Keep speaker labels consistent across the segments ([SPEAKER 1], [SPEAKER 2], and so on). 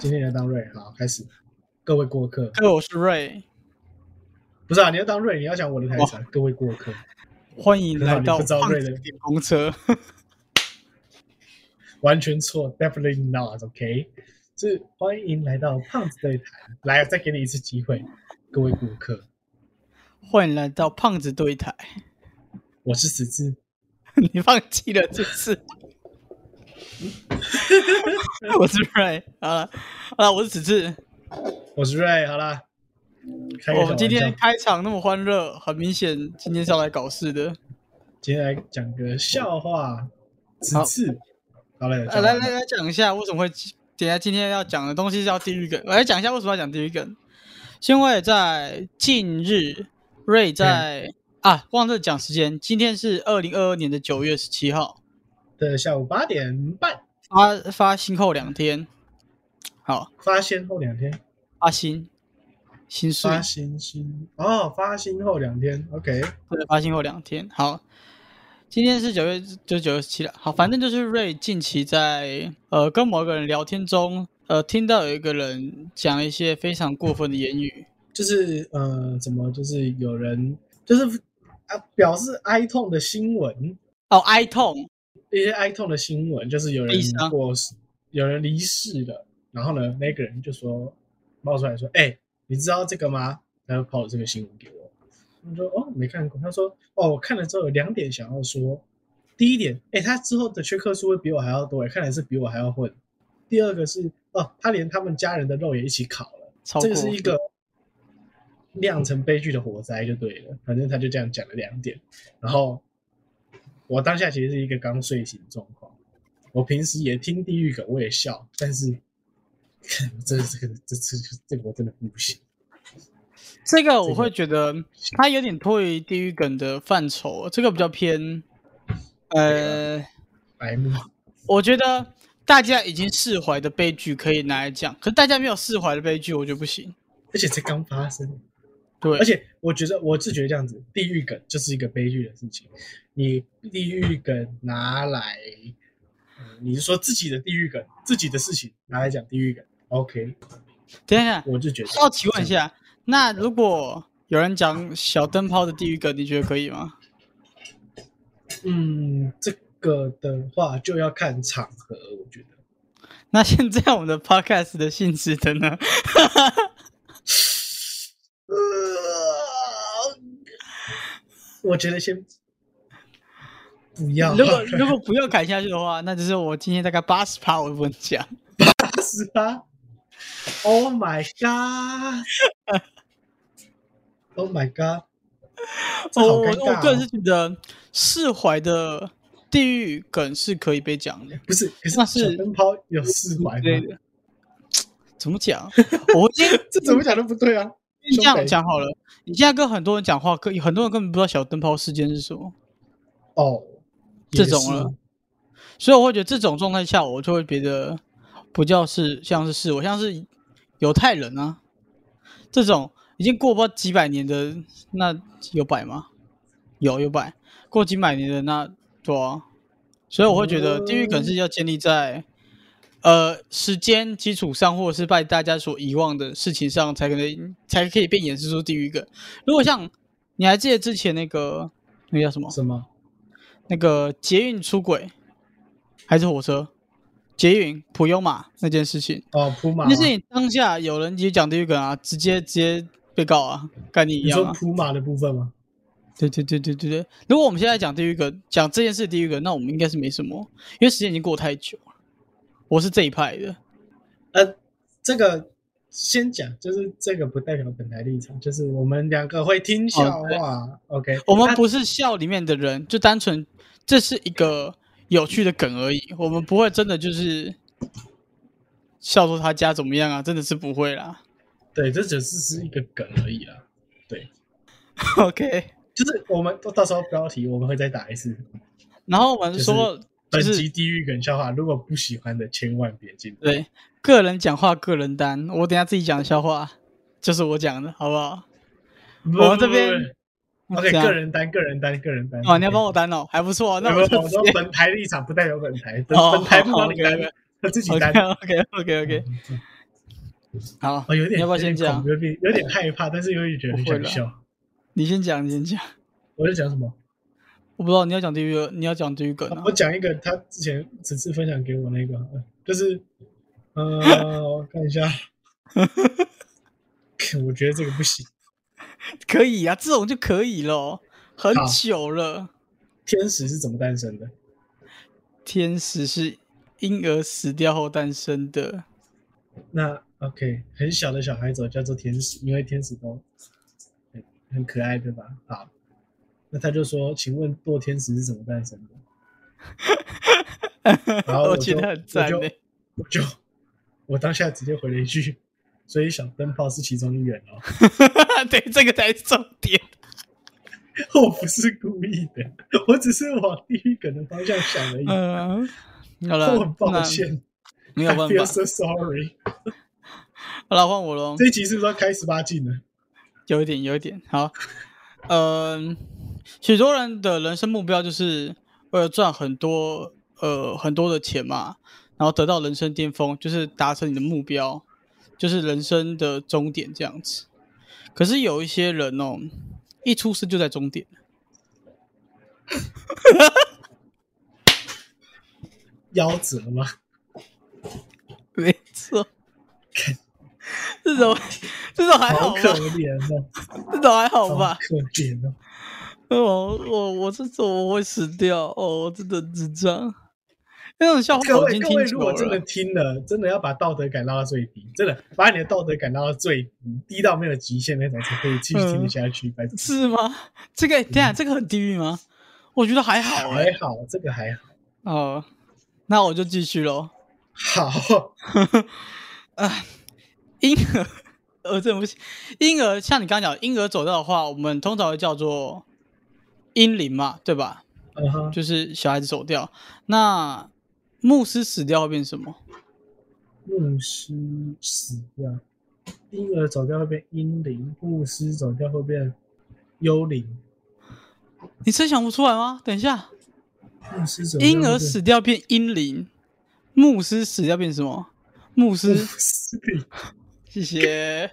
[SPEAKER 1] 今天你要当瑞，好，开始。各位过客，
[SPEAKER 2] 各位，我是瑞，
[SPEAKER 1] 不是啊，你要当瑞，你要想我的台词啊。各位过客，
[SPEAKER 2] 欢迎来到
[SPEAKER 1] 很好你不知道
[SPEAKER 2] 胖
[SPEAKER 1] 瑞的
[SPEAKER 2] 子电工车。
[SPEAKER 1] 完全错，definitely not，OK、是欢迎来到胖子对谈，来，再给你一次机会。各位过客，
[SPEAKER 2] 欢迎来到胖子对台。
[SPEAKER 1] 我是十字，
[SPEAKER 2] 你放弃了这次。我是瑞，好了，好了，我是子志。
[SPEAKER 1] 我是瑞，好啦。开个
[SPEAKER 2] 我
[SPEAKER 1] 小
[SPEAKER 2] 们今
[SPEAKER 1] 玩
[SPEAKER 2] 天
[SPEAKER 1] 笑
[SPEAKER 2] 开场那么欢乐，很明显今天是要来搞事的。
[SPEAKER 1] 今天来讲个笑话，十
[SPEAKER 2] 好
[SPEAKER 1] 字。好了，
[SPEAKER 2] 呃、
[SPEAKER 1] 讲
[SPEAKER 2] 来
[SPEAKER 1] 完
[SPEAKER 2] 来
[SPEAKER 1] 了
[SPEAKER 2] 来，讲一下为什么会，等一下今天要讲的东西是要地狱梗。我来讲一下为什么要讲地狱梗，是因为在近日，瑞在、啊忘了讲时间，今天是二零二二年的九月十七号，
[SPEAKER 1] 的下午八点半
[SPEAKER 2] 发发新后两天，好
[SPEAKER 1] 发薪后两天，
[SPEAKER 2] 发新新税
[SPEAKER 1] 发薪薪哦，发薪后两天，OK。
[SPEAKER 2] 对发新后两天，好。今天是九月，就是九月十七了。好，反正就是瑞近期在呃跟某个人聊天中，呃听到有一个人讲一些非常过分的言语，
[SPEAKER 1] 就是呃，怎么就是有人就是啊表示哀痛的新闻，
[SPEAKER 2] 哦，哀痛，
[SPEAKER 1] 一些哀痛的新闻，就是有人
[SPEAKER 2] 悲伤
[SPEAKER 1] 过世，有人离世了，然后呢，那个人就说冒出来说：“哎、你知道这个吗？”然后抛了这个新闻给我，我说：“哦，没看过。”他说：“哦，我看了之后有两点想要说。第一点，哎、他之后的缺课数会比我还要多，哎，看来是比我还要混。第二个是，哦，他连他们家人的肉也一起烤了。”
[SPEAKER 2] 超
[SPEAKER 1] 这
[SPEAKER 2] 过
[SPEAKER 1] 个是一个 酿成悲剧的火灾就对了。反正他就这样讲了两点，然后我当下其实是一个刚睡醒的状况。我平时也听地狱梗，我也笑，但是 这这个这这这个我真的不行。
[SPEAKER 2] 这个我会觉得它有点脱离地狱梗的范畴，这个比较偏，
[SPEAKER 1] 啊
[SPEAKER 2] 呃，
[SPEAKER 1] 白目，
[SPEAKER 2] 我觉得大家已经释怀的悲剧可以拿来讲，可是大家没有释怀的悲剧，我觉得不行。
[SPEAKER 1] 而且才刚发生。
[SPEAKER 2] 对，
[SPEAKER 1] 而且我觉得，我是觉得这样子，地狱梗就是一个悲剧的事情。你地狱梗拿来，呃你是说自己的地狱梗，自己的事情拿来讲地狱梗，OK，
[SPEAKER 2] 等一下，
[SPEAKER 1] 我嗯就觉得。
[SPEAKER 2] 要提问一下，那如果有人讲小灯泡的地狱梗，你觉得可以吗？
[SPEAKER 1] 嗯，这个的话就要看场合，我觉得。
[SPEAKER 2] 那现在我们的 podcast 的性质的呢？
[SPEAKER 1] 呃我觉得先不要。
[SPEAKER 2] 如果如果不用砍下去的话，那就是我今天大概八十趴我不能讲。
[SPEAKER 1] 八十八，Oh my god！Oh my god！这好
[SPEAKER 2] 我
[SPEAKER 1] 尴
[SPEAKER 2] 我
[SPEAKER 1] 尬、
[SPEAKER 2] 个人是
[SPEAKER 1] 哦。
[SPEAKER 2] 觉得释怀的地狱梗是可以被讲的
[SPEAKER 1] 不是，可是
[SPEAKER 2] 那是
[SPEAKER 1] 小灯泡有释怀
[SPEAKER 2] 之类
[SPEAKER 1] 吗？
[SPEAKER 2] 的。怎么讲？我今天
[SPEAKER 1] 这怎么讲都不对啊！
[SPEAKER 2] 这样
[SPEAKER 1] 北
[SPEAKER 2] 讲好了。你现在跟很多人讲话，跟很多人根本不知道小灯泡事件是什么，
[SPEAKER 1] 哦，
[SPEAKER 2] 这
[SPEAKER 1] 也是
[SPEAKER 2] 种了所以我会觉得这种状态下，我就会觉得不叫是像是是我像是犹太人啊，这种已经过不知道几百年的那有百吗？有有百，过几百年的那对啊，所以我会觉得地狱梗是要建立在、呃时间基础上，或者是被大家所遗忘的事情上，才可能才可以被衍生出地狱梗。如果像你还记得之前那个那个叫什么？
[SPEAKER 1] 什么？
[SPEAKER 2] 那个捷运出轨，还是火车？捷运普悠玛那件事情，
[SPEAKER 1] 哦，普马吗。
[SPEAKER 2] 那是你当下有人也讲地狱梗啊，直接直接被告啊，跟你一
[SPEAKER 1] 你
[SPEAKER 2] 样
[SPEAKER 1] 说
[SPEAKER 2] 啊。
[SPEAKER 1] 普马的部分吗？
[SPEAKER 2] 对对对对对对。如果我们现在讲地狱梗，讲这件事地狱梗，那我们应该是没什么，因为时间已经过太久了。我是这一派的，
[SPEAKER 1] 呃，这个先讲，就是这个不代表本台立场，就是我们两个会听笑话。OK，
[SPEAKER 2] 我们
[SPEAKER 1] 那
[SPEAKER 2] 不是笑里面的人，就单纯这是一个有趣的梗而已，我们不会真的就是笑说他家怎么样啊，真的是不会 啦。
[SPEAKER 1] 对，这只是是一个梗而已啦。
[SPEAKER 2] OK。
[SPEAKER 1] 就是我们到时候标题我们会再打一次，
[SPEAKER 2] 然后我们说，
[SPEAKER 1] 本
[SPEAKER 2] 就是
[SPEAKER 1] 集地狱梗笑话，如果不喜欢的千万别进。
[SPEAKER 2] 对个人讲话个人担，我等一下自己讲的笑话就是我讲的，好不好？
[SPEAKER 1] 不
[SPEAKER 2] 我们这边
[SPEAKER 1] 不不 OK，
[SPEAKER 2] 这样
[SPEAKER 1] 个人单，个人单，个人单。
[SPEAKER 2] 哦，你要帮我担哦，还不错、哦，那
[SPEAKER 1] 我
[SPEAKER 2] 我
[SPEAKER 1] 说
[SPEAKER 2] 就
[SPEAKER 1] 我
[SPEAKER 2] 直
[SPEAKER 1] 说
[SPEAKER 2] 接
[SPEAKER 1] 本台立场不代表本台，本
[SPEAKER 2] 哦
[SPEAKER 1] 本台不帮你
[SPEAKER 2] 好
[SPEAKER 1] 单
[SPEAKER 2] 好，
[SPEAKER 1] 他自己
[SPEAKER 2] OK
[SPEAKER 1] 单。
[SPEAKER 2] OK OK OK OK，好，
[SPEAKER 1] 哦，有点
[SPEAKER 2] 你要不要
[SPEAKER 1] 有
[SPEAKER 2] 先
[SPEAKER 1] 点
[SPEAKER 2] 讲
[SPEAKER 1] 恐？有点有点害怕，但是又有点觉得很
[SPEAKER 2] 不会
[SPEAKER 1] 想
[SPEAKER 2] 啦
[SPEAKER 1] 笑。
[SPEAKER 2] 你先讲，你先讲。
[SPEAKER 1] 我在讲什么？
[SPEAKER 2] 我不知道你要讲地狱，你要讲地狱梗啊
[SPEAKER 1] 我？讲一个他之前此次分享给我那个好了，就是，呃，我看一下，我觉得这个不行。
[SPEAKER 2] 可以啊，这种就可以咯，很
[SPEAKER 1] 好
[SPEAKER 2] 久了。
[SPEAKER 1] 天使是怎么诞生的？
[SPEAKER 2] 天使是婴儿死掉后诞生的，
[SPEAKER 1] 那 OK，很小的小孩子叫做天使，因为天使都很很可爱，对吧？好，那他就说，请问堕天使是怎么诞生的？然后
[SPEAKER 2] 我
[SPEAKER 1] 我
[SPEAKER 2] 觉
[SPEAKER 1] 就
[SPEAKER 2] 得很赞欸
[SPEAKER 1] 我
[SPEAKER 2] 呢
[SPEAKER 1] 就。我就我当下直接回了一句，所以小灯泡是其中一员哦，
[SPEAKER 2] 对，这个才是重点。
[SPEAKER 1] 我不是故意的，我只是往地狱梗的方向想而已。
[SPEAKER 2] 嗯、好 了，
[SPEAKER 1] 我很抱
[SPEAKER 2] 那
[SPEAKER 1] 歉
[SPEAKER 2] 没有
[SPEAKER 1] ，I
[SPEAKER 2] 办
[SPEAKER 1] feel
[SPEAKER 2] 法。
[SPEAKER 1] so sorry。
[SPEAKER 2] 好了，换我喽。
[SPEAKER 1] 这一集是不是要开十八禁了？
[SPEAKER 2] 有一点，有一点。好，嗯、许多人的人生目标就是为了赚很多呃很多的钱嘛，然后得到人生巅峰，就是达成你的目标，就是人生的终点这样子。可是有一些人哦，一出生就在终点，
[SPEAKER 1] 夭折吗？
[SPEAKER 2] 没错。这种这种还好
[SPEAKER 1] 好
[SPEAKER 2] 吧
[SPEAKER 1] 可？怜哦。
[SPEAKER 2] 这种还好吧？
[SPEAKER 1] 可怜哦。
[SPEAKER 2] 哦，我我这种我会死掉哦，我真的智障。那种笑话
[SPEAKER 1] 各
[SPEAKER 2] 我已
[SPEAKER 1] 位
[SPEAKER 2] 经
[SPEAKER 1] 各
[SPEAKER 2] 听
[SPEAKER 1] 位，如
[SPEAKER 2] 久
[SPEAKER 1] 果真的
[SPEAKER 2] 了。
[SPEAKER 1] 听了，真的要把道德感拉到最低，真的把你的道德感拉到最低，低到没有极限那种，才可以继续
[SPEAKER 2] 嗯
[SPEAKER 1] 听得下去。拜托
[SPEAKER 2] 是吗？ 这个等一下这个很地狱吗？我觉得还嗯好哎、
[SPEAKER 1] 还好，这个还好。
[SPEAKER 2] 哦，那我就继续喽。
[SPEAKER 1] 好，
[SPEAKER 2] 啊，婴儿， 呃，这不行。婴儿像你刚刚讲，婴儿走掉的话，我们通常会叫做婴灵嘛，对吧？
[SPEAKER 1] 嗯哼，
[SPEAKER 2] 就是小孩子走掉。那牧师死掉会变什么？
[SPEAKER 1] 牧师死掉，婴儿走掉会变婴灵，牧师走掉会变幽灵，
[SPEAKER 2] 你真想不出来吗？等一下，
[SPEAKER 1] 牧师走掉会变
[SPEAKER 2] 婴儿死掉变婴灵，牧师死掉变什么？牧
[SPEAKER 1] 牧
[SPEAKER 2] 师，
[SPEAKER 1] 师灵
[SPEAKER 2] 谢谢。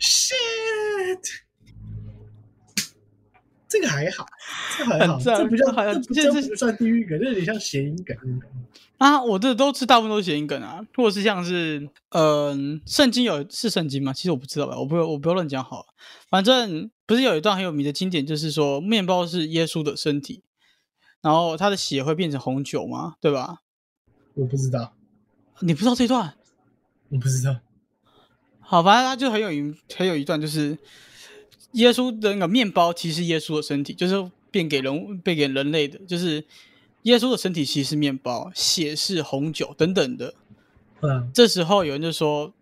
[SPEAKER 1] ，shit，这个还好，这还好，
[SPEAKER 2] 很赞
[SPEAKER 1] 这不叫
[SPEAKER 2] 这还好
[SPEAKER 1] 这不
[SPEAKER 2] 这
[SPEAKER 1] 这
[SPEAKER 2] 这
[SPEAKER 1] 不算地狱梗，这有点像谐音梗。
[SPEAKER 2] 啊，我这都是大部分都是谐音梗啊，或者是像是，嗯、圣经有是圣经吗？其实我不知道吧，我不我不要乱讲好了。反正不是有一段很有名的经典，就是说面包是耶稣的身体，然后他的血会变成红酒嘛，对吧？
[SPEAKER 1] 我不知道，
[SPEAKER 2] 你不知道这段？
[SPEAKER 1] 我不知道。
[SPEAKER 2] 好吧，他就很有一很有一段，就是耶稣的那个面包，其实是耶稣的身体，就是变给人变给人类的，就是耶稣的身体其实是面包，血是红酒等等的。
[SPEAKER 1] 嗯，
[SPEAKER 2] 这时候有人就说，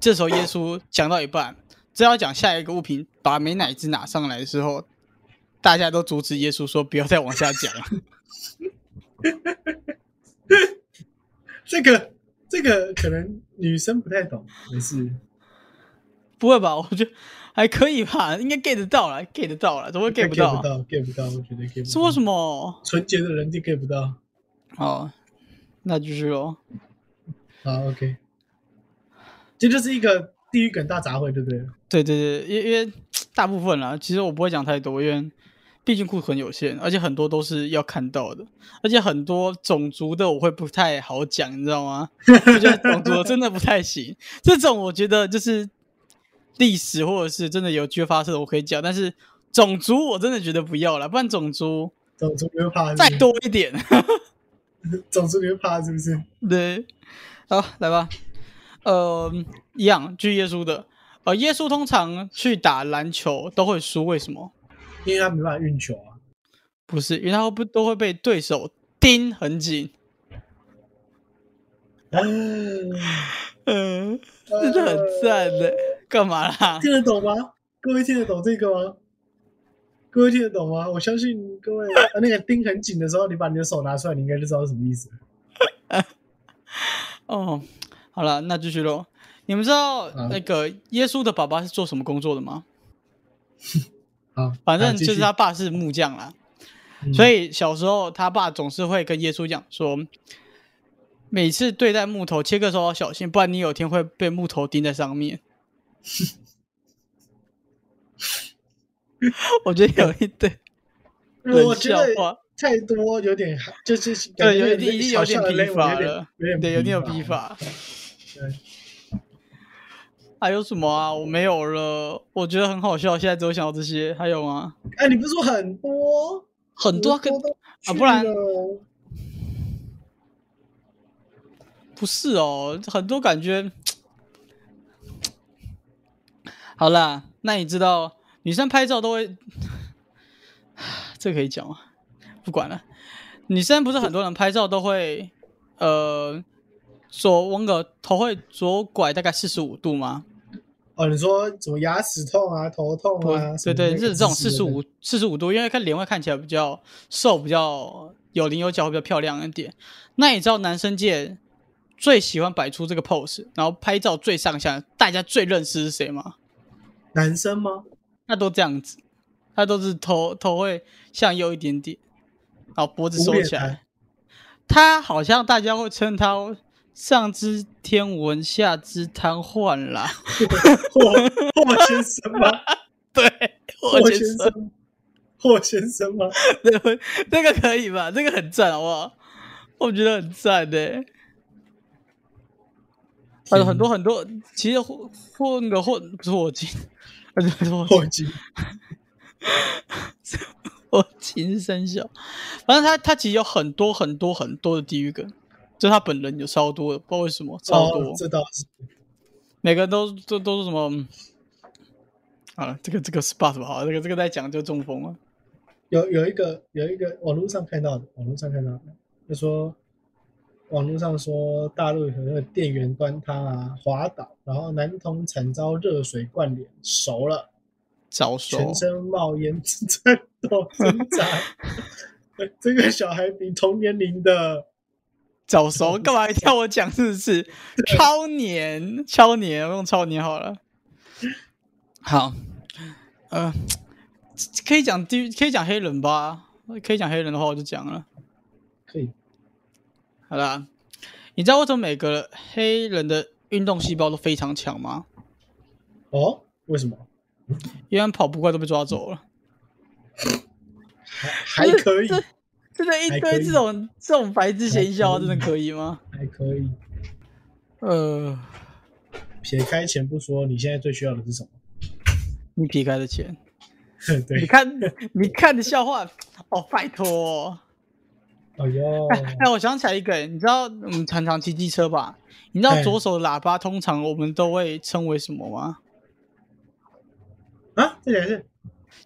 [SPEAKER 2] 这时候耶稣讲到一半，正要讲下一个物品，把美乃滋拿上来的时候，大家都阻止耶稣说不要再往下讲 了。
[SPEAKER 1] 这个这个可能女生不太懂，没事。
[SPEAKER 2] 不会吧？我觉得还可以吧，应该 get 得到了，get 得到了，怎么会 get 不到
[SPEAKER 1] 不
[SPEAKER 2] 啊？
[SPEAKER 1] 到，get 不到，我觉得 get 不到。
[SPEAKER 2] 是为什么？
[SPEAKER 1] 纯洁的人就 get 不到。
[SPEAKER 2] 哦，那继续喽。
[SPEAKER 1] 好，OK，这就是一个地狱梗大杂烩，对不对了？
[SPEAKER 2] 对对对，因因为大部分啦，其实我不会讲太多，因为毕竟库存有限，而且很多都是要看到的，而且很多种族的我会不太好讲，你知道吗？ 我觉得种族的真的不太行，这种我觉得就是历史或者是真的有缺发生的我可以讲，但是种族我真的觉得不要了，不然种族
[SPEAKER 1] 种族你会怕是不
[SPEAKER 2] 再
[SPEAKER 1] 是，
[SPEAKER 2] 多一点。
[SPEAKER 1] 种族你会怕是不是？
[SPEAKER 2] 对，好，来吧。呃，一样，据耶稣的，呃，耶稣通常去打篮球都会输，为什么？
[SPEAKER 1] 因为他没办法运球啊。
[SPEAKER 2] 不是，因为他会不都会被对手盯很紧。
[SPEAKER 1] 嗯，
[SPEAKER 2] 嗯，真的很赞的。干嘛啦？
[SPEAKER 1] 呃听得懂吗？各位听得懂这个吗？各位听得懂吗？我相信各位，呃，那个盯很紧的时候，你把你的手拿出来，你应该就知道是什么意思了。
[SPEAKER 2] 哦，好了，那继续喽。你们知道
[SPEAKER 1] 啊
[SPEAKER 2] 那个耶稣的爸爸是做什么工作的吗？
[SPEAKER 1] 好，
[SPEAKER 2] 反
[SPEAKER 1] 来
[SPEAKER 2] 正
[SPEAKER 1] 啊继
[SPEAKER 2] 就是
[SPEAKER 1] 续
[SPEAKER 2] 他爸是木匠啦，
[SPEAKER 1] 嗯
[SPEAKER 2] 所以小时候他爸总是会跟耶稣讲说：“每次对待木头切割的时候要小心，不然你有天会被木头钉在 上面。我觉得有一对
[SPEAKER 1] 我
[SPEAKER 2] 冷
[SPEAKER 1] 觉
[SPEAKER 2] 笑
[SPEAKER 1] 得
[SPEAKER 2] 话，
[SPEAKER 1] 太多有点哈就是感觉
[SPEAKER 2] 对，有一
[SPEAKER 1] 点
[SPEAKER 2] 定已经
[SPEAKER 1] 小
[SPEAKER 2] 有
[SPEAKER 1] 笑
[SPEAKER 2] 点
[SPEAKER 1] 的
[SPEAKER 2] 疲
[SPEAKER 1] level
[SPEAKER 2] 乏
[SPEAKER 1] 有点
[SPEAKER 2] 了，
[SPEAKER 1] 有点
[SPEAKER 2] 对，有点有
[SPEAKER 1] 疲
[SPEAKER 2] 疲乏。
[SPEAKER 1] 对，
[SPEAKER 2] 还有什么啊？我没有了，我觉得很好笑，现在只有想到这些。还有吗？
[SPEAKER 1] 哎，你不是说很多
[SPEAKER 2] 很多啊跟
[SPEAKER 1] 都去
[SPEAKER 2] 啊不然
[SPEAKER 1] 了
[SPEAKER 2] 不是哦，很多感觉。好啦，那你知道女生拍照都会， 这可以讲吗？不管了，女生不是很多人拍照都会，呃，左往个头会左拐大概四十五度吗？
[SPEAKER 1] 哦，你说什么牙齿痛啊、头痛
[SPEAKER 2] 我
[SPEAKER 1] 啊？什
[SPEAKER 2] 对
[SPEAKER 1] 么
[SPEAKER 2] 对，
[SPEAKER 1] 那个
[SPEAKER 2] 这这种
[SPEAKER 1] 姿
[SPEAKER 2] 四
[SPEAKER 1] 势
[SPEAKER 2] 十五四十五度，因为看脸会看起来比较瘦，比较有棱有角，会比较漂亮一点。那你知道男生界最喜欢摆出这个 pose，然后拍照最上下，大家最认识是谁吗？
[SPEAKER 1] 男生吗？
[SPEAKER 2] 那都这样子，他都是头头会向右一点点，然后脖子收
[SPEAKER 1] 无脸
[SPEAKER 2] 起
[SPEAKER 1] 男
[SPEAKER 2] 来。他好像大家会称他上肢天文，下肢瘫痪啦。
[SPEAKER 1] 霍霍先生吗？
[SPEAKER 2] 对， 我
[SPEAKER 1] 霍
[SPEAKER 2] 觉
[SPEAKER 1] 先
[SPEAKER 2] 得。
[SPEAKER 1] 生，霍先生吗？
[SPEAKER 2] 这个 这个可以吧？这个很赞，好不好？我觉得很赞的、还有很多很多，其实混混个混不是我金，不是 我
[SPEAKER 1] 霍金，
[SPEAKER 2] 我金生肖，反正他他其实有很多很多很多的地狱梗，就他本人有超多的，不知道为什么超多，
[SPEAKER 1] 哦，这倒是
[SPEAKER 2] 每个人都都都是什么？嗯啊，这个这个 spot 吧，好，这个这个再讲就中风了。
[SPEAKER 1] 有有一个有一个网络上看到的，网络上看到的，就说网络上说大陆有那个店员端汤啊滑倒，然后男童惨遭热水灌脸，熟了，
[SPEAKER 2] 早熟，
[SPEAKER 1] 全身冒烟， 颤抖挣扎。哎这个小孩比同年龄的
[SPEAKER 2] 早熟，干嘛叫我讲是不 是？超年，超年，我用超年好了。好，呃，可以讲地，可以讲黑人吧？可以讲黑人的话，我就讲了。
[SPEAKER 1] 可以
[SPEAKER 2] 好啦，你知道为什么每个黑人的运动细胞都非常强吗？
[SPEAKER 1] 哦？为什么？
[SPEAKER 2] 因为他们跑不快都被抓走了。
[SPEAKER 1] 还还可以，
[SPEAKER 2] 这真的，一
[SPEAKER 1] 还可
[SPEAKER 2] 堆
[SPEAKER 1] 以
[SPEAKER 2] 这种这种白痴
[SPEAKER 1] 还
[SPEAKER 2] 闲笑话，
[SPEAKER 1] 可以
[SPEAKER 2] 真的可以吗？
[SPEAKER 1] 还可以。
[SPEAKER 2] 呃，
[SPEAKER 1] 撇开钱不说，你现在最需要的是什么？
[SPEAKER 2] 你撇开的钱，你
[SPEAKER 1] 对，
[SPEAKER 2] 看，你看的笑话，哦，拜托、
[SPEAKER 1] 哎呦，
[SPEAKER 2] 哎，我想起来一个，你知道我们常常骑机车吧？你知道
[SPEAKER 1] 哎
[SPEAKER 2] 左手的喇叭通常我们都会称为什么吗？
[SPEAKER 1] 啊，这也是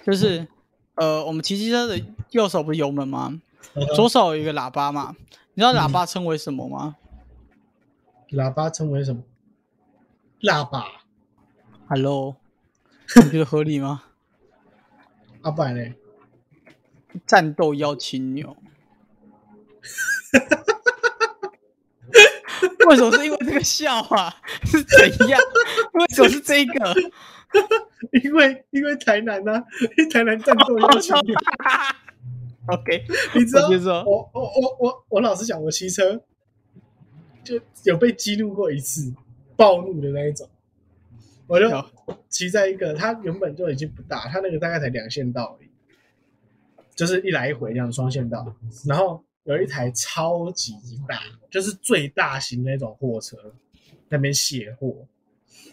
[SPEAKER 2] 就是，呃，我们骑机车的右手不是油门吗？
[SPEAKER 1] 呃
[SPEAKER 2] 左手有一个喇叭嘛？你知道喇叭称为什么吗
[SPEAKER 1] 喇叭称为什么？喇叭，嗯
[SPEAKER 2] ？Hello，你觉得合理吗？
[SPEAKER 1] 阿爸啊嘞？
[SPEAKER 2] 战斗邀请钮。为什么是因为这个笑话？是怎样？为什么是这个？
[SPEAKER 1] 因为因为台南啊，因为台南战斗邀请你，
[SPEAKER 2] OK，
[SPEAKER 1] 你知道
[SPEAKER 2] 我接受？
[SPEAKER 1] 我我我我我老实讲，我骑车就有被激怒过一次，暴怒的那一种。我就
[SPEAKER 2] 有
[SPEAKER 1] 骑在一个，它原本就已经不大，它那个大概才两线道而已，就是一来一回这样双线道。然后有一台超级大，就是最大型的那种货车，那边卸货，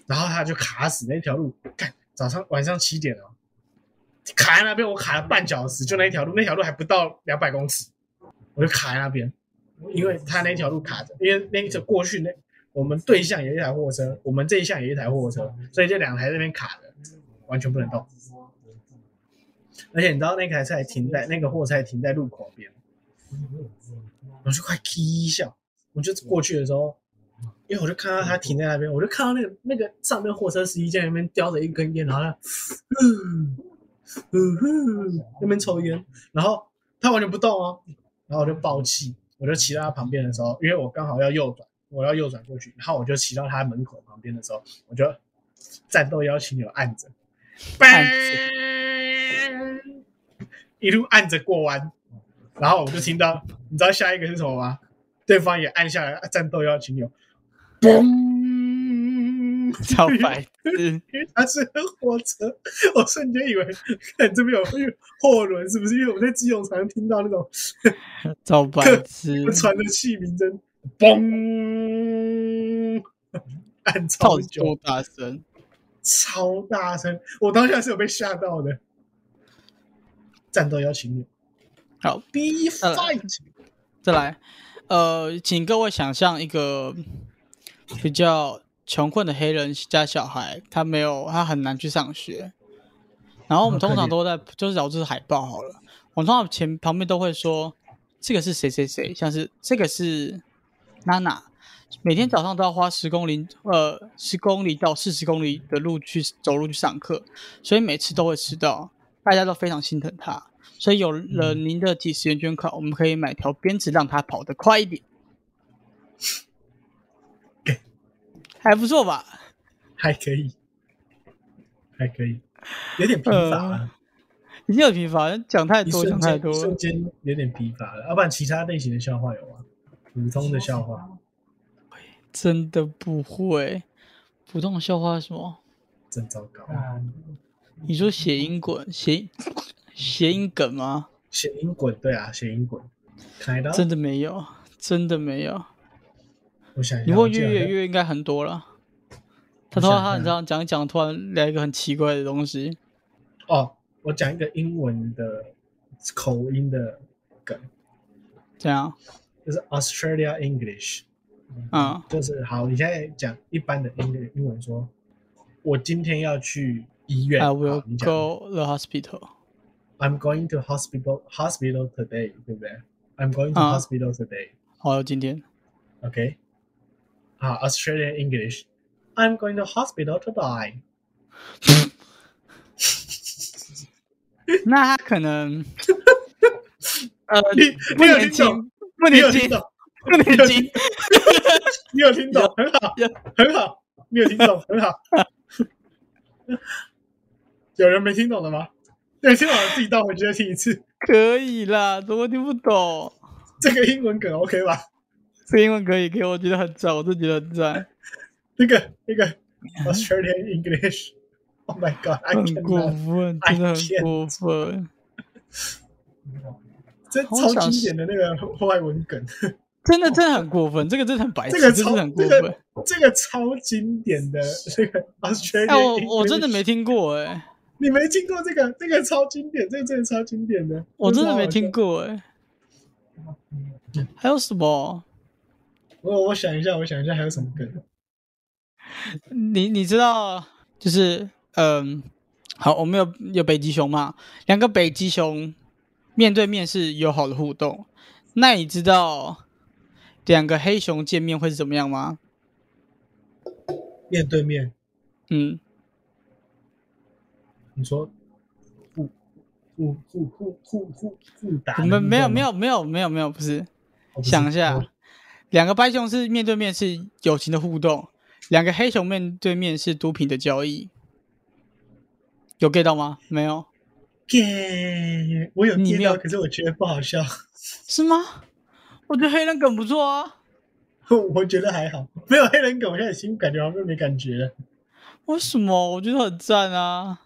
[SPEAKER 1] 然后他就卡死那条路，干早上晚上七点哦，卡在那边，我卡了半小时，就那一条路，那条路还不到两百公尺，我就卡在那边，因为他那条路卡着，因为那个过去那我们对向有一台货车，我们这一项有一台货车，所以这两台在那边卡着，完全不能动。而且你知道那台车还停在那个货车还停在路口边，我就快踢笑，我就过去的时候，因为我就看到他停在那边，我就看到那个那个上面货车司机在那边叼着一根烟，然后他，嗯嗯嗯，那边抽烟，然后他完全不动哦，然后我就暴气，我就骑到他旁边的时候，因为我刚好要右转，我要右转过去，然后我就骑到他门口旁边的时候，我就战斗邀请钮按着，
[SPEAKER 2] 按
[SPEAKER 1] 一路按着过弯，然后我就听到，你知道下一个是什么吗？对方也按下来啊战斗邀请钮，嘣！
[SPEAKER 2] 超白痴，
[SPEAKER 1] 因为它是火车， 我瞬间以为看这边有货轮，是不是？因为我在基隆常常听到那种
[SPEAKER 2] 超白痴，
[SPEAKER 1] 船的器鸣声，嘣！按
[SPEAKER 2] 超
[SPEAKER 1] 超久
[SPEAKER 2] 多，大声，
[SPEAKER 1] 超大声，我当下是有被吓到的。战斗邀请钮
[SPEAKER 2] 好。
[SPEAKER 1] ，B fight，
[SPEAKER 2] 嗯再来，呃，请各位想象一个比较穷困的黑人家小孩，他没有，他很难去上学。然后我们
[SPEAKER 1] 好可
[SPEAKER 2] 通常
[SPEAKER 1] 怜
[SPEAKER 2] 都在，就是导致海报好了，我们通常前旁边都会说这个是谁谁谁，像是这个是娜娜，每天早上都要花十公里，呃，十公里到四十公里的路去走路去上课，所以每次都会迟到，大家都非常心疼他。所以有了您的几十元捐款，我们可以买条鞭子让他跑得快一点。还不错吧？
[SPEAKER 1] 还可以，还可以，有点疲乏啊。
[SPEAKER 2] 已经有疲乏，讲呃太
[SPEAKER 1] 一
[SPEAKER 2] 多，
[SPEAKER 1] 瞬
[SPEAKER 2] 讲太
[SPEAKER 1] 间
[SPEAKER 2] 多
[SPEAKER 1] 一，瞬间有点疲乏了。要、不然其他类型的笑话有吗？普通的笑话，
[SPEAKER 2] 真的不会。普通的笑话是什么？
[SPEAKER 1] 真糟糕。
[SPEAKER 2] 你说谐音滚谐谐音梗吗？
[SPEAKER 1] 谐音滚，对啊，谐音滚。开的，
[SPEAKER 2] 真的没有，真的没有。
[SPEAKER 1] 我想一下，
[SPEAKER 2] 你问
[SPEAKER 1] 我记得
[SPEAKER 2] 月
[SPEAKER 1] 好像
[SPEAKER 2] 月月应该很多了。他
[SPEAKER 1] 我
[SPEAKER 2] 突
[SPEAKER 1] 想
[SPEAKER 2] 然他
[SPEAKER 1] 看
[SPEAKER 2] 你知道讲一讲，突然来一个很奇怪的东西。
[SPEAKER 1] 哦，我讲一个英文的口音的梗，
[SPEAKER 2] 这样，
[SPEAKER 1] 就是 Australia English，
[SPEAKER 2] 嗯，
[SPEAKER 1] 就是好，你现在讲一般的英文英文说，我今天要去医院
[SPEAKER 2] I
[SPEAKER 1] 好
[SPEAKER 2] will
[SPEAKER 1] 你讲
[SPEAKER 2] go the hospital。
[SPEAKER 1] I'm going to hospital hospital today，对不对？I'm going to
[SPEAKER 2] 啊
[SPEAKER 1] hospital today、
[SPEAKER 2] 好，今天
[SPEAKER 1] Okay. Uh, Australian English. I'm going to hospital to die.
[SPEAKER 2] 那他 可能，呃，
[SPEAKER 1] 你
[SPEAKER 2] 不
[SPEAKER 1] 你有
[SPEAKER 2] 年
[SPEAKER 1] 听
[SPEAKER 2] 轻
[SPEAKER 1] 懂？，
[SPEAKER 2] 不
[SPEAKER 1] 你有听
[SPEAKER 2] 年轻，
[SPEAKER 1] 懂？
[SPEAKER 2] 不年轻，
[SPEAKER 1] 你有听懂？很好
[SPEAKER 2] 有，
[SPEAKER 1] 很好，你有听懂， 很好。 有人没听懂的吗？对，听懂了自己倒回去再听一次。
[SPEAKER 2] 可以啦，怎么听不懂？
[SPEAKER 1] 这个英文梗 OK 吧？
[SPEAKER 2] 这个英文可以，可以，我觉得很赞，我都觉得很赞，
[SPEAKER 1] 那个那个 Australian English。Oh my god! I
[SPEAKER 2] 嗯很过
[SPEAKER 1] cannot.
[SPEAKER 2] 分，
[SPEAKER 1] I
[SPEAKER 2] 真的很
[SPEAKER 1] can't
[SPEAKER 2] 过分。
[SPEAKER 1] 这
[SPEAKER 2] 好
[SPEAKER 1] 超
[SPEAKER 2] 想
[SPEAKER 1] 经典的那个外文梗。
[SPEAKER 2] 真的真的很过分，这个真的很白痴，
[SPEAKER 1] 这个
[SPEAKER 2] 真
[SPEAKER 1] 超
[SPEAKER 2] 的很过
[SPEAKER 1] 这
[SPEAKER 2] 分
[SPEAKER 1] 个。这个超经典的这个 Australian，
[SPEAKER 2] 哎，我我
[SPEAKER 1] English
[SPEAKER 2] 真的没听过哎，
[SPEAKER 1] 你没听过这个，这个超经典，这个真的超经典的，
[SPEAKER 2] 我真的没
[SPEAKER 1] 这
[SPEAKER 2] 听
[SPEAKER 1] 个超
[SPEAKER 2] 过哎。还有什么？
[SPEAKER 1] 好笑。我我想一下，我想一下还有什么梗？
[SPEAKER 2] 你你知道，就是嗯，好，我们有有北极熊嘛？两个北极熊面对面是友好的互动。那你知道两个黑熊见面会是怎么样吗？
[SPEAKER 1] 面对面，
[SPEAKER 2] 嗯，
[SPEAKER 1] 你说互互互互互互互打的那种
[SPEAKER 2] 我啊们
[SPEAKER 1] 吗？
[SPEAKER 2] 没有没有没有没有没有，不是。
[SPEAKER 1] 哦，不是
[SPEAKER 2] 想一下
[SPEAKER 1] 哦，
[SPEAKER 2] 两个白熊是面对面是友情的互动，两个黑熊面对面是毒品的交易。有 get 到吗？没有，
[SPEAKER 1] ，gay，我有
[SPEAKER 2] 你
[SPEAKER 1] 听
[SPEAKER 2] 没有
[SPEAKER 1] 到，可是我觉得不好笑，
[SPEAKER 2] 是吗？我觉得黑人梗不错啊。
[SPEAKER 1] 我觉得还好，没有黑人梗，我现在已经感觉好像没感觉了。
[SPEAKER 2] 为什么？我觉得很赞啊！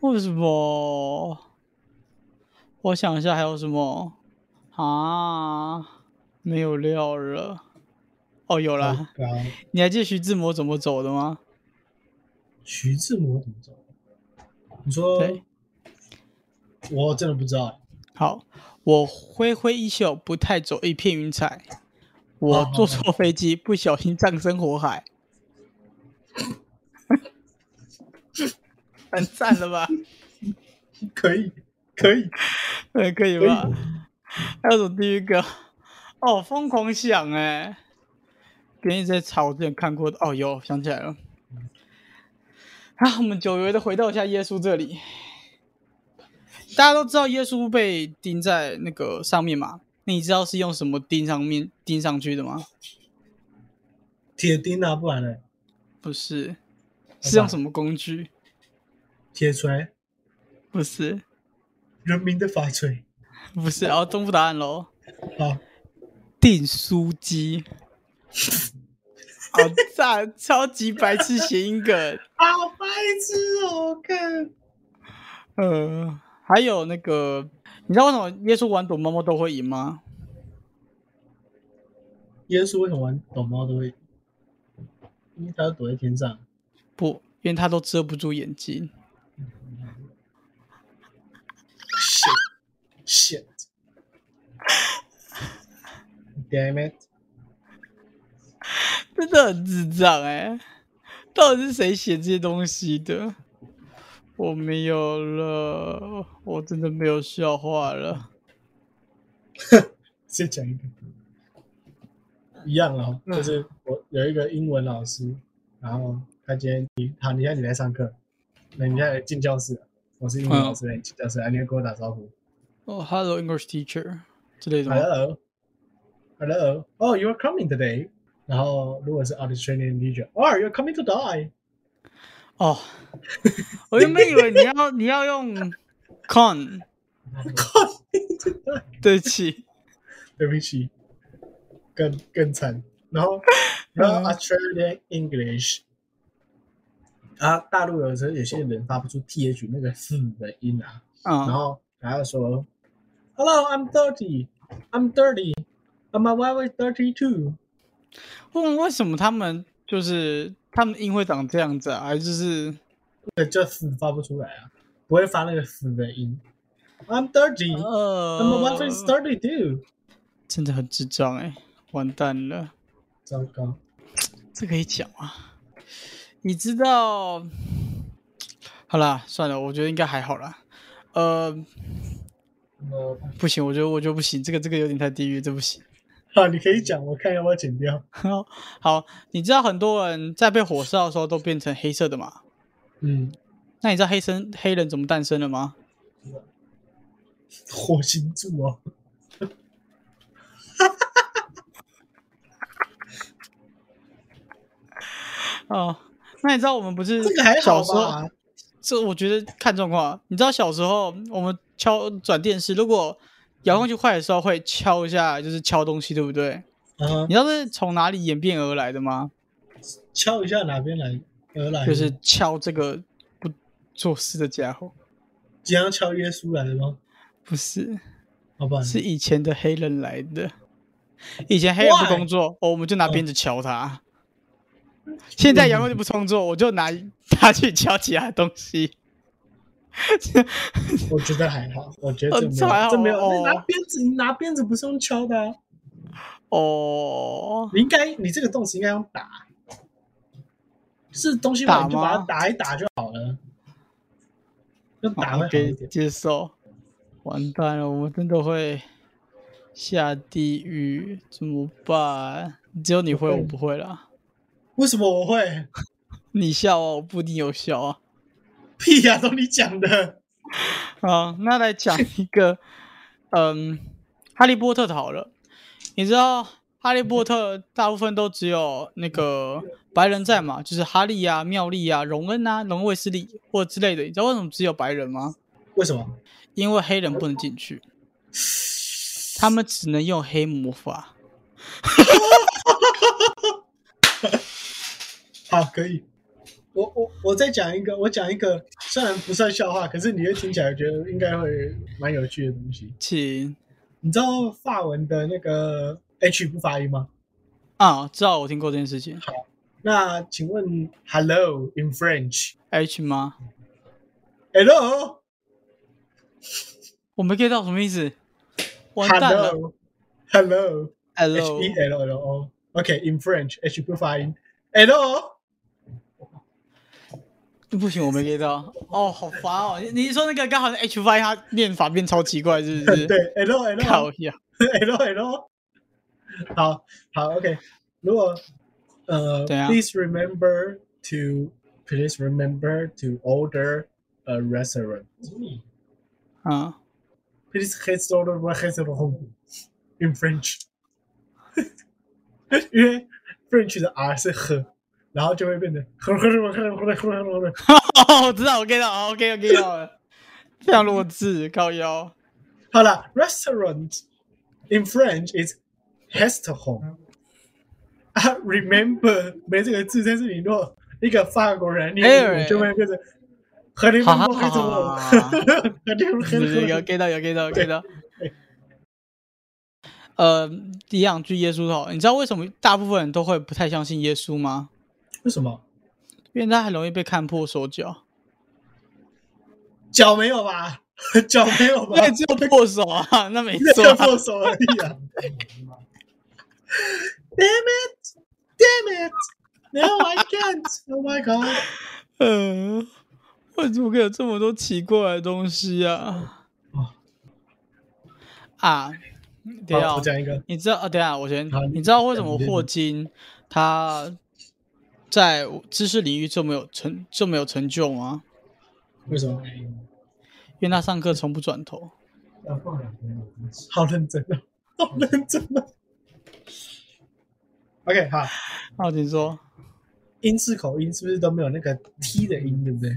[SPEAKER 2] 为什么？我想一下还有什么啊？没有料了。哦，有
[SPEAKER 1] 糟
[SPEAKER 2] 啦，
[SPEAKER 1] 糕，
[SPEAKER 2] 你还记得徐志摩怎么走的吗？
[SPEAKER 1] 徐志摩怎么走？你说
[SPEAKER 2] 对，
[SPEAKER 1] 我真的不知道，
[SPEAKER 2] 好，我挥挥衣袖，不太走一片云彩。我
[SPEAKER 1] 哦
[SPEAKER 2] 坐错飞机，不小心葬身火海。 很赞了 吧？
[SPEAKER 1] 可以可以，
[SPEAKER 2] 呃，可以
[SPEAKER 1] 可以
[SPEAKER 2] 吧？还有什么地狱歌？哦，疯狂想哎、别人一直在吵我之前看过的。哦，有想起来了。啊，我们久违的回到一下耶稣这里。大家都知道耶稣被钉在那个上面嘛？你知道是用什么钉上面钉上去的吗？
[SPEAKER 1] 铁钉啊，不然呢？
[SPEAKER 2] 不是，是用什么工具？
[SPEAKER 1] 铁锤，
[SPEAKER 2] 不是，哦
[SPEAKER 1] 人民的法锤。
[SPEAKER 2] 不是。然后公布答案喽。
[SPEAKER 1] 好，
[SPEAKER 2] 订书机， 好赞，超级白痴谐音梗。
[SPEAKER 1] 好白痴哦，看
[SPEAKER 2] 呃，还有那个，你知道为什么耶稣玩躲猫猫都会赢吗？
[SPEAKER 1] 耶稣为什么玩躲猫都会赢？因为他躲在天上。
[SPEAKER 2] 不，因为他都遮不住眼睛。
[SPEAKER 1] Shit, shit. Damn it！
[SPEAKER 2] 真的很智障哎、到底是谁写这些东西的？我没有了，我真的没有笑话了。
[SPEAKER 1] 再讲一个，一样啊，就是我有一个英文老师，然后他今天你好，你现在你来上课，那你现在进教室了，我是英文老师，你进教室，啊你要跟我打招呼
[SPEAKER 2] 哦、h e l l o English teacher 之类的吗？
[SPEAKER 1] ，Hello，Hello，哦，You're coming today。然后如果是 Australian teacher，Oh, you're coming to die。
[SPEAKER 2] 哦， 我原本以为你要你要用 con，
[SPEAKER 1] Coming to die。
[SPEAKER 2] 对不起，
[SPEAKER 1] 对不起，更更惨。然后，然后 Australian English 啊，大陆有时候有些人发不出 th 那个 th 的音啊，然
[SPEAKER 2] 嗯，
[SPEAKER 1] 后还要说 Hello, I'm dirty, I'm dirty, and my wife is dirty too。
[SPEAKER 2] 问为什么他们就是他们音会长这样子啊？还是是
[SPEAKER 1] 对，就 th 发不出来啊，不会发那个 th 的音。I'm dirty, and my wife is
[SPEAKER 2] 呃，
[SPEAKER 1] dirty too。
[SPEAKER 2] 真的很智障哎、完蛋了。
[SPEAKER 1] 糟糕，
[SPEAKER 2] 这可以讲啊？你知道？好啦，算了，我觉得应该还好啦。呃，
[SPEAKER 1] 我
[SPEAKER 2] 不行，我觉得我觉得不行，这个这个有点太地狱，这不行。
[SPEAKER 1] 好，啊你可以讲，我看要不要剪掉。
[SPEAKER 2] 好，你知道很多人在被火烧的时候都变成黑色的嘛？
[SPEAKER 1] 嗯，
[SPEAKER 2] 那你知道黑生黑人怎么诞生的吗？
[SPEAKER 1] 火星柱哦。
[SPEAKER 2] 哦，那你知道我们不是
[SPEAKER 1] 这个还好
[SPEAKER 2] 小时候？
[SPEAKER 1] 吧？
[SPEAKER 2] 这我觉得看状况啊。你知道小时候我们敲转电视，如果遥控器坏的时候会敲一下，就是敲东西，对不对？
[SPEAKER 1] 啊
[SPEAKER 2] 你，知道这是从哪里演变而来的吗？
[SPEAKER 1] 敲一下哪边来而来的？
[SPEAKER 2] 就是敲这个不做事的家伙，
[SPEAKER 1] 经常敲耶稣来的吗？
[SPEAKER 2] 不是，
[SPEAKER 1] 好吧，
[SPEAKER 2] 是以前的黑人来的。以前黑人不
[SPEAKER 1] Why？
[SPEAKER 2] 工作，哦，我们就拿鞭子敲他。现在阳光就不工作，我就拿 他去敲其他东西。
[SPEAKER 1] 我觉得还好，我觉得这没
[SPEAKER 2] 哦这还
[SPEAKER 1] 有，
[SPEAKER 2] 好
[SPEAKER 1] 这没有。
[SPEAKER 2] 哦
[SPEAKER 1] 你拿鞭子，你拿鞭子不是用敲的、啊，
[SPEAKER 2] 哦，
[SPEAKER 1] 你应该，你这个动词应该用打，就是东西坏
[SPEAKER 2] 打
[SPEAKER 1] 你就把它
[SPEAKER 2] 吗
[SPEAKER 1] 打一打就好了，用打会
[SPEAKER 2] 好
[SPEAKER 1] 好
[SPEAKER 2] 可
[SPEAKER 1] 一
[SPEAKER 2] 以
[SPEAKER 1] 点。
[SPEAKER 2] 接受。完蛋了，我们真的会下地狱，怎么办？只有你会，我不会啦。
[SPEAKER 1] 为什么我会？
[SPEAKER 2] 你笑啊，我不一定有笑啊。
[SPEAKER 1] 屁呀、都你讲的。
[SPEAKER 2] 好，那来讲一个，嗯，哈利波特的好了。你知道哈利波特大部分都只有那个白人在嘛，就是哈利啊、妙丽啊、荣恩啊、荣威斯利或之类的。你知道为什么只有白人吗？
[SPEAKER 1] 为什么？
[SPEAKER 2] 因为黑人不能进 去，他们只能用黑魔法。
[SPEAKER 1] 好，可以。我我我再讲一个，我讲一个，虽然不算笑话，可是你会听起来觉得应该会蛮有趣的东西。
[SPEAKER 2] 请
[SPEAKER 1] 你知道法文的那个 H 不发音吗？
[SPEAKER 2] 啊，知道我听过这件事情。
[SPEAKER 1] 那请问 Hello in French？Hello？
[SPEAKER 2] H 吗？我没 get 到什么意思，完蛋了。
[SPEAKER 1] Hello Hello
[SPEAKER 2] Hello
[SPEAKER 1] H E L L O OK in French H 不发音 Hello
[SPEAKER 2] 不行，我没 get 到。哦，好烦哦！你你说那个刚好是 H 发音，它念法变超奇怪，是不
[SPEAKER 1] 对啊
[SPEAKER 2] 是？，
[SPEAKER 1] Hello Hello
[SPEAKER 2] 靠呀！
[SPEAKER 1] Hello Hello 好好 OK 如果呃
[SPEAKER 2] 怎样
[SPEAKER 1] Please remember to Please remember to order a restaurant.
[SPEAKER 2] 啊，
[SPEAKER 1] Please hit order one hit home in French，因为 French 的 R 是呵，然后就会变成 呵呵呵呵呵呵呵呵。
[SPEAKER 2] 哦我知道，我 get 到，OK，我 get 到了。非常弱智，靠腰。
[SPEAKER 1] 好了，restaurant in French is has to home 啊，remember 没这个字，但是你如果一个法国人，你
[SPEAKER 2] Hey，
[SPEAKER 1] 就会变成和你们
[SPEAKER 2] 好好
[SPEAKER 1] 不
[SPEAKER 2] 好
[SPEAKER 1] 会
[SPEAKER 2] 好
[SPEAKER 1] 中
[SPEAKER 2] 好
[SPEAKER 1] 文，
[SPEAKER 2] 好好，
[SPEAKER 1] 和你们
[SPEAKER 2] 对对有 get 到有 get 到有 get 到。呃，一样去耶稣好了，你知道为什么大部分人都会不太相信耶稣吗？
[SPEAKER 1] 为什么
[SPEAKER 2] 因为他很容易被看破手脚，
[SPEAKER 1] 脚没有吧？ 脚没有 吧？
[SPEAKER 2] 那也哦 只有破手啊， 那没错
[SPEAKER 1] 那
[SPEAKER 2] 啊、
[SPEAKER 1] 叫做手而已啊！Damn it! Damn it! No, I can't. Oh my god!
[SPEAKER 2] 嗯，为什么会有这么多奇怪的东西啊
[SPEAKER 1] 哦？
[SPEAKER 2] 啊，对
[SPEAKER 1] 好
[SPEAKER 2] 啊
[SPEAKER 1] 我，讲一个，
[SPEAKER 2] 你知道啊？等一下，我先
[SPEAKER 1] 好，你
[SPEAKER 2] 你知道为什
[SPEAKER 1] 讲
[SPEAKER 2] 么
[SPEAKER 1] 你先
[SPEAKER 2] 霍
[SPEAKER 1] 讲
[SPEAKER 2] 金他在知识领域这么有成这么有成就吗？
[SPEAKER 1] 为什么？
[SPEAKER 2] 因为他上课从不转头。
[SPEAKER 1] 好认真啊！ 好认真啊！OK，好，
[SPEAKER 2] 好，请说。
[SPEAKER 1] 英式口音是不是都没有那个 t 的音，对不对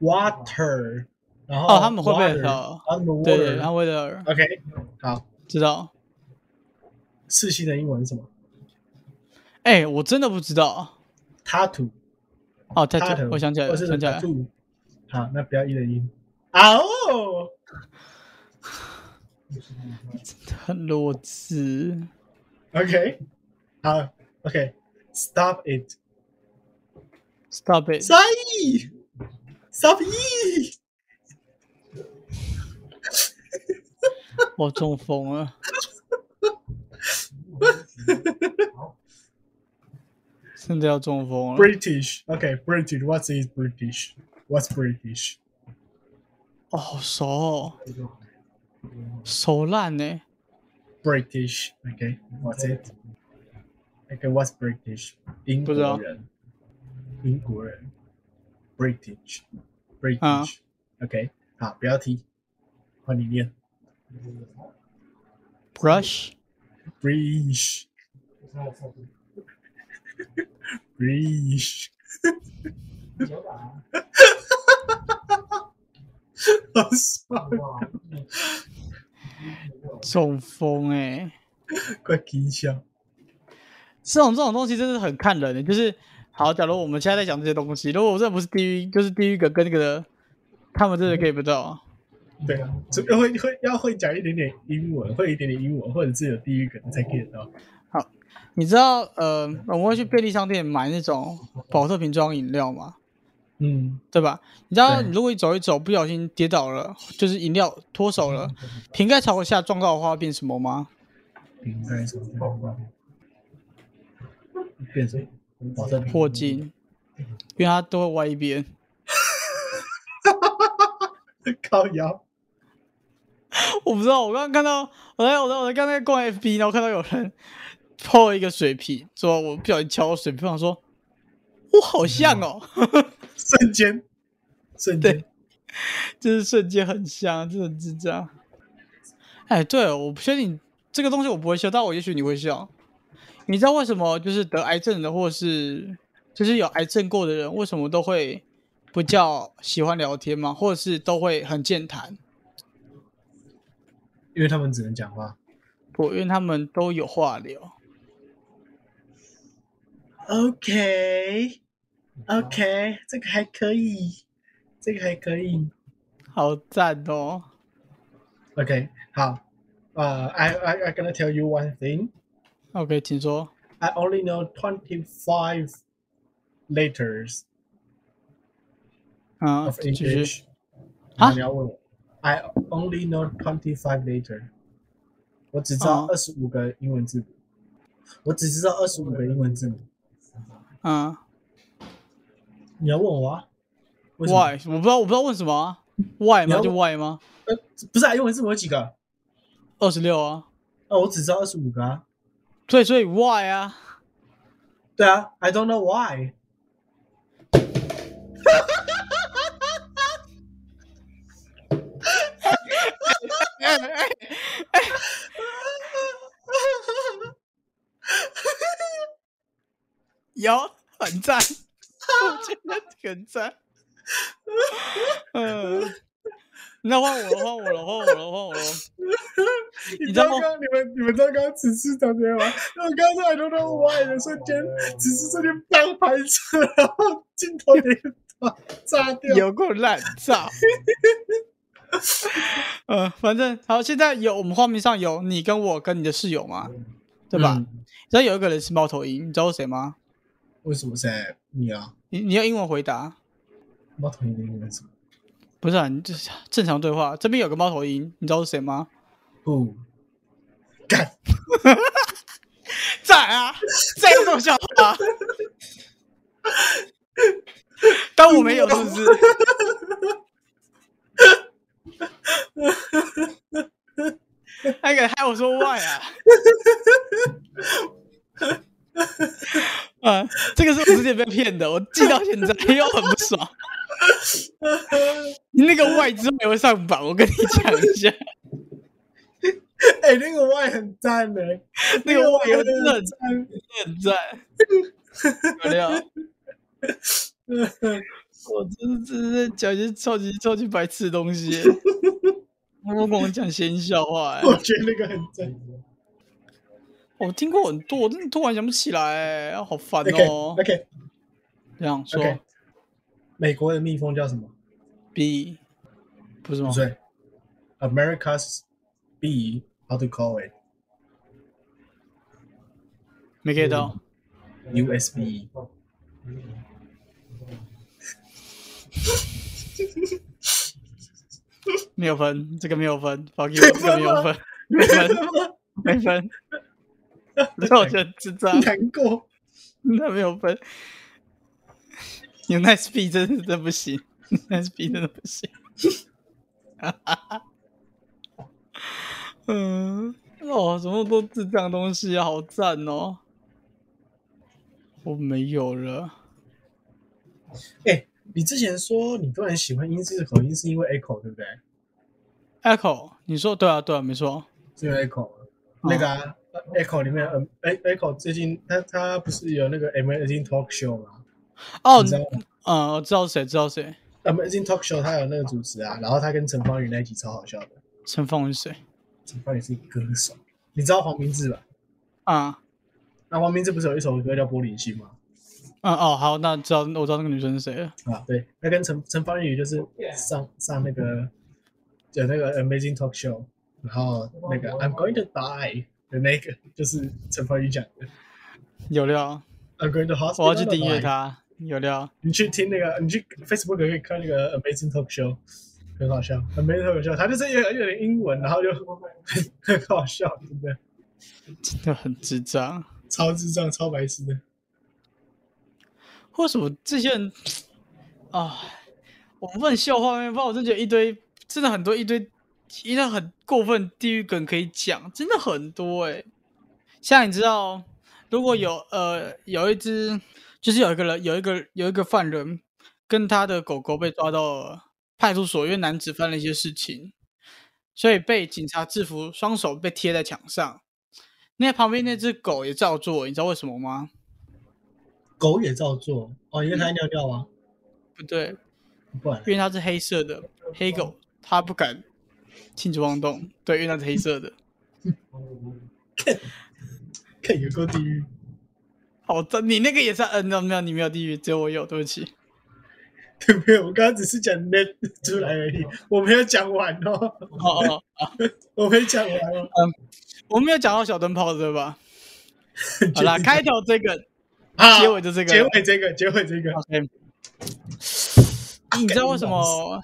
[SPEAKER 1] ？Water，然后
[SPEAKER 2] 哦他们会不会
[SPEAKER 1] water，
[SPEAKER 2] 哦
[SPEAKER 1] 他们 water，
[SPEAKER 2] 对对，他为了
[SPEAKER 1] OK，好，
[SPEAKER 2] 知道。
[SPEAKER 1] 四星的英文是什么
[SPEAKER 2] 哎、我真的不知道。
[SPEAKER 1] ？Tattoo。
[SPEAKER 2] 哦，他
[SPEAKER 1] 他的，
[SPEAKER 2] 我想起来了，
[SPEAKER 1] 或是
[SPEAKER 2] 想起来了。
[SPEAKER 1] tattoo 好，那不要一人一。啊哦，
[SPEAKER 2] 很弱智。
[SPEAKER 1] OK，好，OK，Stop it，
[SPEAKER 2] Stop it！
[SPEAKER 1] 三亿，Stop it，
[SPEAKER 2] 我中风了。真的要中风了。
[SPEAKER 1] British，OK，British，What is British？What's British？
[SPEAKER 2] 哦，好熟、哦，熟烂呢、欸
[SPEAKER 1] British，OK，What's it？OK，What's British？英
[SPEAKER 2] 不知道
[SPEAKER 1] 国人，英国人
[SPEAKER 2] 啊
[SPEAKER 1] ，British，British，OK，好，Ah, 不要提，换你念
[SPEAKER 2] Brush
[SPEAKER 1] ，British。Breach，好爽，
[SPEAKER 2] 中风哎、
[SPEAKER 1] 快停笑。
[SPEAKER 2] 这种这种东西真的是很看人的、欸就是好，假如我们现在在讲这些东西，如果我真的不是地狱，就是地狱梗跟那个，他们真的 get 不到啊。
[SPEAKER 1] 对啊，这个会会要会讲一点点英文，会一点点英文，或者是有地域梗才 get 到。
[SPEAKER 2] 你知道呃，我们会去便利商店买那种保特瓶装饮料吗？
[SPEAKER 1] 嗯，
[SPEAKER 2] 对吧？你知道，
[SPEAKER 1] 对
[SPEAKER 2] 你如果你走一走，不小心跌倒了，就是饮料脱手了，瓶盖朝下撞到的话，会变什么吗？
[SPEAKER 1] 应该是这样变成保证
[SPEAKER 2] 霍金，因为它都会歪一边。
[SPEAKER 1] 高腰。
[SPEAKER 2] 我不知道，我刚刚看到，我在我在我在刚才逛 FB，然后看到有人抛一个水瓶，说我不小心敲到水瓶，我想说，我好像哦，
[SPEAKER 1] 瞬间，瞬间
[SPEAKER 2] 对，就是瞬间很像，真的很智障。哎，对，我不确定这个东西我不会笑，但我也许你会笑。你知道为什么就是得癌症的，或是就是有癌症过的人，为什么都会不叫喜欢聊天吗？或者是都会很健谈？
[SPEAKER 1] 因为他们只能讲话。
[SPEAKER 2] 不，因为他们都有话聊。
[SPEAKER 1] OK，OK，、这个还可以，这个还可以。
[SPEAKER 2] 好赞哦！
[SPEAKER 1] Okay, how? Uh, I, I I gonna tell you one thing.
[SPEAKER 2] OK，请说。
[SPEAKER 1] I only know twenty five letters
[SPEAKER 2] 啊，
[SPEAKER 1] of
[SPEAKER 2] 继续
[SPEAKER 1] English.
[SPEAKER 2] 啊？
[SPEAKER 1] 你要问我？I only know twenty five letter.
[SPEAKER 2] 哦。
[SPEAKER 1] 我只知道二十五个英文字母。我只知道25个英文字母。你要问我啊？
[SPEAKER 2] 嗯，Why？我不知道，我不知道问什么啊？Why
[SPEAKER 1] 你要
[SPEAKER 2] 吗？就
[SPEAKER 1] 为
[SPEAKER 2] Why 吗？
[SPEAKER 1] 什么？呃，不是啊，英文字母有几个？哦，我只知道
[SPEAKER 2] 二十六啊，
[SPEAKER 1] 25个啊。对啊，I
[SPEAKER 2] 所以所以 Why 啊？
[SPEAKER 1] don't know why.
[SPEAKER 2] 有很赞， 我觉得很赞。嗯，那换我了，换我了，换我了，换我了。
[SPEAKER 1] 你知
[SPEAKER 2] 你知
[SPEAKER 1] 道
[SPEAKER 2] 道
[SPEAKER 1] 刚
[SPEAKER 2] 吗
[SPEAKER 1] 刚你们你们知道刚刚此次怎么样吗？因为我刚才都在歪的瞬间，此次这边棒拍车，然后镜头给炸掉。
[SPEAKER 2] 有够烂，操！ 呃，反正好，现在有我们画面上有你跟我跟你的室友嘛，对吧？
[SPEAKER 1] 嗯
[SPEAKER 2] 你知道有一个人是猫头鹰，你知道是谁吗？
[SPEAKER 1] 为什么噻？你啊，
[SPEAKER 2] 你你用英文回答，
[SPEAKER 1] 猫头鹰那个什么？
[SPEAKER 2] 不是、啊？你这正常对话。这边有个猫头鹰，你知道是谁吗？
[SPEAKER 1] 不，干！
[SPEAKER 2] 在啊，在做笑 话。当我没有是不是？还敢害我说外啊？ 啊，这个是我之前被骗的，我记到现在又很不 爽。你那个外之后也会上榜，我跟你讲一 下，
[SPEAKER 1] 哎、那个歪很赞的、
[SPEAKER 2] 那个外
[SPEAKER 1] 也
[SPEAKER 2] 有真的很
[SPEAKER 1] 赞。
[SPEAKER 2] 很赞， 有料。我真的真的在讲一些超级超级白痴的东西耶，我跟我讲谐音笑话、
[SPEAKER 1] 我
[SPEAKER 2] 欸，
[SPEAKER 1] 觉得那个很赞。
[SPEAKER 2] 我听过很多，我真的突然想不起来、欸，好烦
[SPEAKER 1] OK
[SPEAKER 2] 哦、
[SPEAKER 1] OK
[SPEAKER 2] 这样说
[SPEAKER 1] OK，美国的蜜蜂叫什么？
[SPEAKER 2] B 不是吗
[SPEAKER 1] 不？对，America's bee。How to call it?
[SPEAKER 2] 没 get 到，
[SPEAKER 1] USB。
[SPEAKER 2] 没有分，这个没有分，fuck you，这个没有分，没分，没分，那我觉得智 障，
[SPEAKER 1] 难过。
[SPEAKER 2] 那没有分。有 nice B 真的真的不行，nice B 真的不行。嗯，哦，怎么都智障东西啊，好赞哦！我没有了，
[SPEAKER 1] 哎、你之前说你突然喜欢英式口音是因为 echo 对不对？
[SPEAKER 2] Echo，你说对啊，对啊，没错。
[SPEAKER 1] 是因为 echo
[SPEAKER 2] 哦
[SPEAKER 1] 那个、啊 echo 里面，嗯、呃、，echo 最近他他不是有那个 Amazing Talk Show 吗？
[SPEAKER 2] 哦
[SPEAKER 1] 你知，道吗
[SPEAKER 2] 嗯，我知道谁，知道谁，
[SPEAKER 1] Amazing Talk Show 他有那个主持啊，然后他跟陈芳宇那一集超好笑的。
[SPEAKER 2] 陈凤是谁
[SPEAKER 1] 陈芳宇是一个歌手，你知道黄明志吧？
[SPEAKER 2] 啊？
[SPEAKER 1] 那黄明志不是有一首歌叫《玻璃心》吗？
[SPEAKER 2] 嗯，哦，好，那知道，我知道那个女生是谁了。
[SPEAKER 1] 啊，对，他跟陈陈芳宇就是上上那个有那个 Amazing Talk Show，然后那个 I'm going to die 的那个就是陈芳宇讲的
[SPEAKER 2] 有料，
[SPEAKER 1] I'm going to hospital，啊
[SPEAKER 2] 我要去订阅
[SPEAKER 1] die
[SPEAKER 2] 她。有料，
[SPEAKER 1] 你去听那个，你去 Facebook 可以看那个 Amazing Talk Show，很好笑，Amazing Talk Show，它就是有有点英文，然后就 很好笑，真的
[SPEAKER 2] 真的很智障。
[SPEAKER 1] 超智障、超白痴的。
[SPEAKER 2] 为什么这些人啊？我不能笑画面，不然我真的觉得一堆，真的很多一堆，一堆很过分地狱梗可以讲，真的很多哎、像你知道，如果有呃有一只，就是有一个人有一个有一个犯人跟他的狗狗被抓到了派出所，因为男子犯了一些事情，所以被警察制服，双手被贴在墙上。那旁边那只狗也照做，你知道为什么吗？
[SPEAKER 1] 狗也照做哦，因为它尿尿啊，
[SPEAKER 2] 不对，
[SPEAKER 1] 不然
[SPEAKER 2] 因为它是黑色的黑狗，它不敢轻举妄动。对，因为它是黑色的。
[SPEAKER 1] 看有够地狱。
[SPEAKER 2] 好的，你那个也是，嗯、没有没有，你没有地狱，只有我有，对不起。
[SPEAKER 1] 对，没有，我刚刚只是讲 net 出来而已，我没有讲完哦，
[SPEAKER 2] 哦哦，
[SPEAKER 1] 我没讲完哦。
[SPEAKER 2] 我没有讲到小灯泡对 吧？好啦，
[SPEAKER 1] 你
[SPEAKER 2] 开头这个，
[SPEAKER 1] 啊
[SPEAKER 2] 结尾就这个
[SPEAKER 1] 结尾这个，结尾这个，
[SPEAKER 2] OK。你知道为什
[SPEAKER 1] 哎
[SPEAKER 2] 么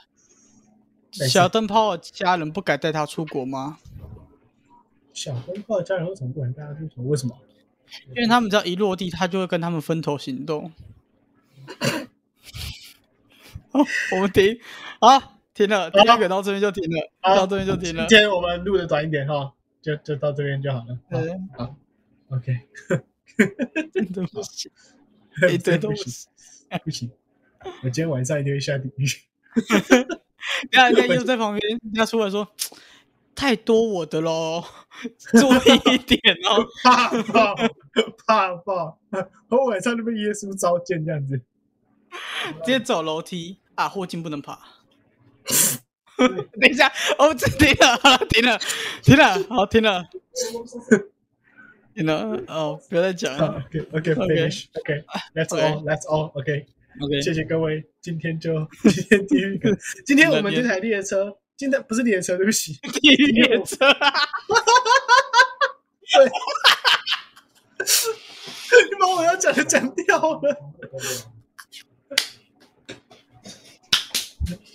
[SPEAKER 1] 没事
[SPEAKER 2] 小灯泡家人不敢带它出国吗？
[SPEAKER 1] 小灯泡的家人为什么不能带他出国？为什么？
[SPEAKER 2] 因为他们只要一落地，它就会跟他们分头行动。哦，我们停，好，停了，第二个到这边就停了，
[SPEAKER 1] 好
[SPEAKER 2] 到这边就停了。
[SPEAKER 1] 今天我们录的短一点哈，就就到这边就好了。好
[SPEAKER 2] 对
[SPEAKER 1] OK，
[SPEAKER 2] 真的不行，一堆哎都不
[SPEAKER 1] 行，
[SPEAKER 2] 行。
[SPEAKER 1] 哎不行，我今天晚上一定会下地 狱。
[SPEAKER 2] 然后人家又在旁边，人家出来说：“太多我的喽， 注意一点哦。
[SPEAKER 1] 怕爆，怕爆！我晚上就被耶稣召见这样子。”
[SPEAKER 2] 直接走楼梯啊，霍金不能爬。等一下，哦，这停了，好了，停了，停了，好，停了，停了，哦，不要再讲了。
[SPEAKER 1] OK 嗯 OK finish OK that's all that's all OK，
[SPEAKER 2] OK，
[SPEAKER 1] 谢谢各位，今天就今天地狱 梗，今天我们这台列车，今天不是列车，对不起，
[SPEAKER 2] 地狱列车，
[SPEAKER 1] 你把我要讲的讲掉了。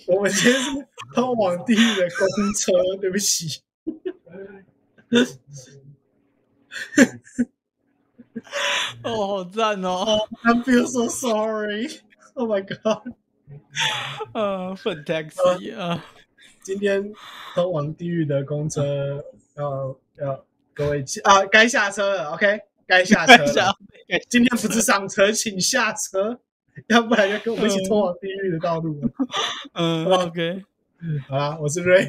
[SPEAKER 1] 我们今天是通往地狱的公车，对不起。
[SPEAKER 2] 哦，好赞哦，
[SPEAKER 1] I feel so sorry. Oh my god！
[SPEAKER 2] 呃，fantasy 啊，
[SPEAKER 1] 今天通往地狱的公车 要要各位记啊，该下车了，OK，该下车
[SPEAKER 2] 等一下
[SPEAKER 1] 了。，今天不是上车，请下车， 要不然要跟我们一起通往地狱的道路了。
[SPEAKER 2] 嗯，OK，
[SPEAKER 1] 好啦，我是瑞，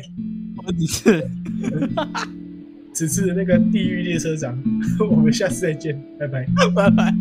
[SPEAKER 2] 我只是，
[SPEAKER 1] 此次的那个地狱列车长，我们下次再见，拜拜。
[SPEAKER 2] 拜拜。